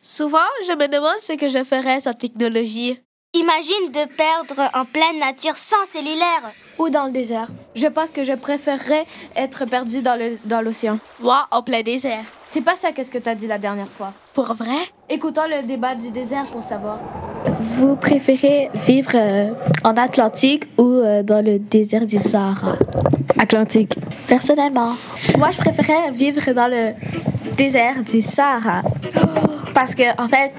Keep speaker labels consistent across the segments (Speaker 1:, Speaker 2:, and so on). Speaker 1: Souvent, je me demande ce que je ferais sans technologie.
Speaker 2: Imagine de perdre en pleine nature sans cellulaire.
Speaker 3: Ou dans le désert.
Speaker 4: Je pense que je préférerais être perdu dans, le, dans l'océan.
Speaker 1: Moi, en plein désert.
Speaker 4: C'est pas ça qu'est-ce que t'as dit la dernière fois.
Speaker 1: Pour vrai?
Speaker 4: Écoutons le débat du désert pour savoir.
Speaker 5: Vous préférez vivre euh, en Atlantique ou euh, dans le désert du Sahara?
Speaker 6: Atlantique.
Speaker 5: Personnellement, moi je préférais vivre dans le désert du Sahara. Parce que, en fait,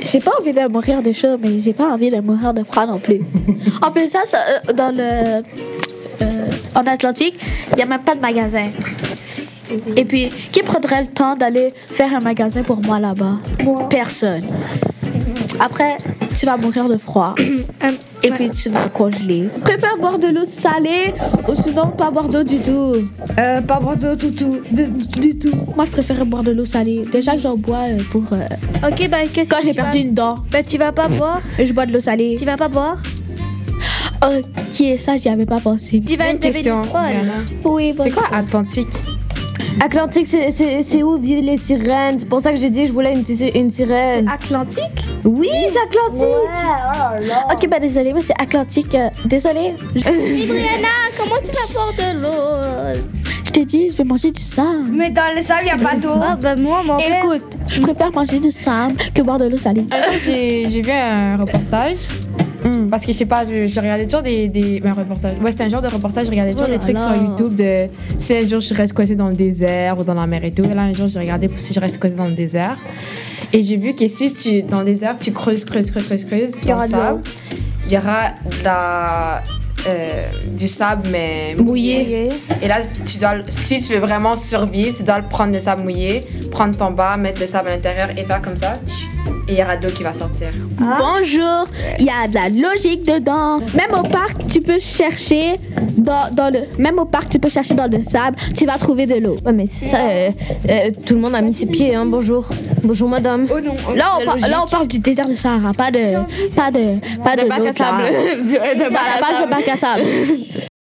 Speaker 5: j'ai pas envie de mourir de chaud, mais j'ai pas envie de mourir de froid non plus. en plus, ça, ça, euh, dans le. euh, en Atlantique, il n'y a même pas de magasin.
Speaker 3: Mhm.
Speaker 5: Et puis, qui prendrait le temps d'aller faire un magasin pour moi là-bas Personne. Après, tu vas mourir de froid.
Speaker 3: Euh,
Speaker 5: Et puis, tu vas congeler.
Speaker 6: Préfère boire de l'eau salée ou sinon pas boire d'eau du tout.
Speaker 7: Euh, pas boire de toutou, de- du tout.
Speaker 5: Moi, je préfère boire de l'eau salée. Déjà que j'en bois euh, pour. euh,
Speaker 3: Ok, bah qu'est-ce
Speaker 5: quand
Speaker 3: que
Speaker 5: j'ai
Speaker 3: tu vas-
Speaker 5: perdu une dent,
Speaker 3: Bah tu vas pas boire.
Speaker 5: je bois de l'eau salée.
Speaker 3: Tu vas pas boire.
Speaker 5: Ok, ça, j'y avais pas pensé.
Speaker 3: Tu vas
Speaker 6: Bonne
Speaker 3: une
Speaker 6: question,
Speaker 5: Oui,
Speaker 6: C'est quoi Atlantique
Speaker 7: Atlantique, c'est- c'est c'est où vivent les sirènes C'est pour ça que j'ai dit que je voulais une, ti- une
Speaker 5: Euh,
Speaker 7: sirène.
Speaker 5: Atlantique
Speaker 7: Oui, c'est Atlantique
Speaker 2: oh
Speaker 5: Ok, bah désolé, mais c'est Atlantique. euh, désolé. Je,
Speaker 2: Brianna, comment tu vas boire de l'eau
Speaker 5: je t'ai dit, je vais manger du sable.
Speaker 7: Mais dans le sable, y a pas d'eau.
Speaker 2: Ah bah moi, mon père.
Speaker 5: Écoute, je préfère manger du sable que boire de l'eau salée.
Speaker 2: Euh,
Speaker 6: Un jour, j'ai j'ai vu un reportage. Parce que je sais pas, je, je regardais toujours des. des ben, un reportage. Ouais, c'était un genre de reportage, je regardais
Speaker 7: Oh
Speaker 6: toujours des trucs sur YouTube de si un jour je reste coincée dans le désert ou dans la mer et tout. Et là, un jour, j'ai regardé pour si je reste coincée dans le désert. Et j'ai vu que si tu, dans le désert, tu creuses, creuses, creuses, creuses, creuses,
Speaker 7: y
Speaker 6: dans
Speaker 7: aura
Speaker 6: le
Speaker 7: de l'eau.
Speaker 6: sable, il y aura de la, euh, du sable, mais
Speaker 7: Mouillé.
Speaker 6: Et là, tu dois, le- si tu veux vraiment survivre, tu dois le prendre le sable mouillé, prendre ton bas, mettre le sable à l'intérieur et faire comme ça. Et il y aura de l'eau qui va sortir.
Speaker 7: Hein?
Speaker 5: Bonjour, il y a de la logique dedans. Même au parc, tu peux chercher dans, dans le. Même au parc, tu peux chercher dans le sable, tu vas trouver de l'eau.
Speaker 7: Ouais, mais c'est ça, euh, euh, tout le monde a mis ses pieds, hein. Bonjour. Bonjour, madame.
Speaker 6: Oh non,
Speaker 5: Là on,
Speaker 7: La
Speaker 5: par-
Speaker 7: logique.
Speaker 5: là, on parle du désert du Sahara, pas de. Pas de. Pas de. l'eau, là.
Speaker 7: sable.
Speaker 5: Ça n'a pas de bac à sable.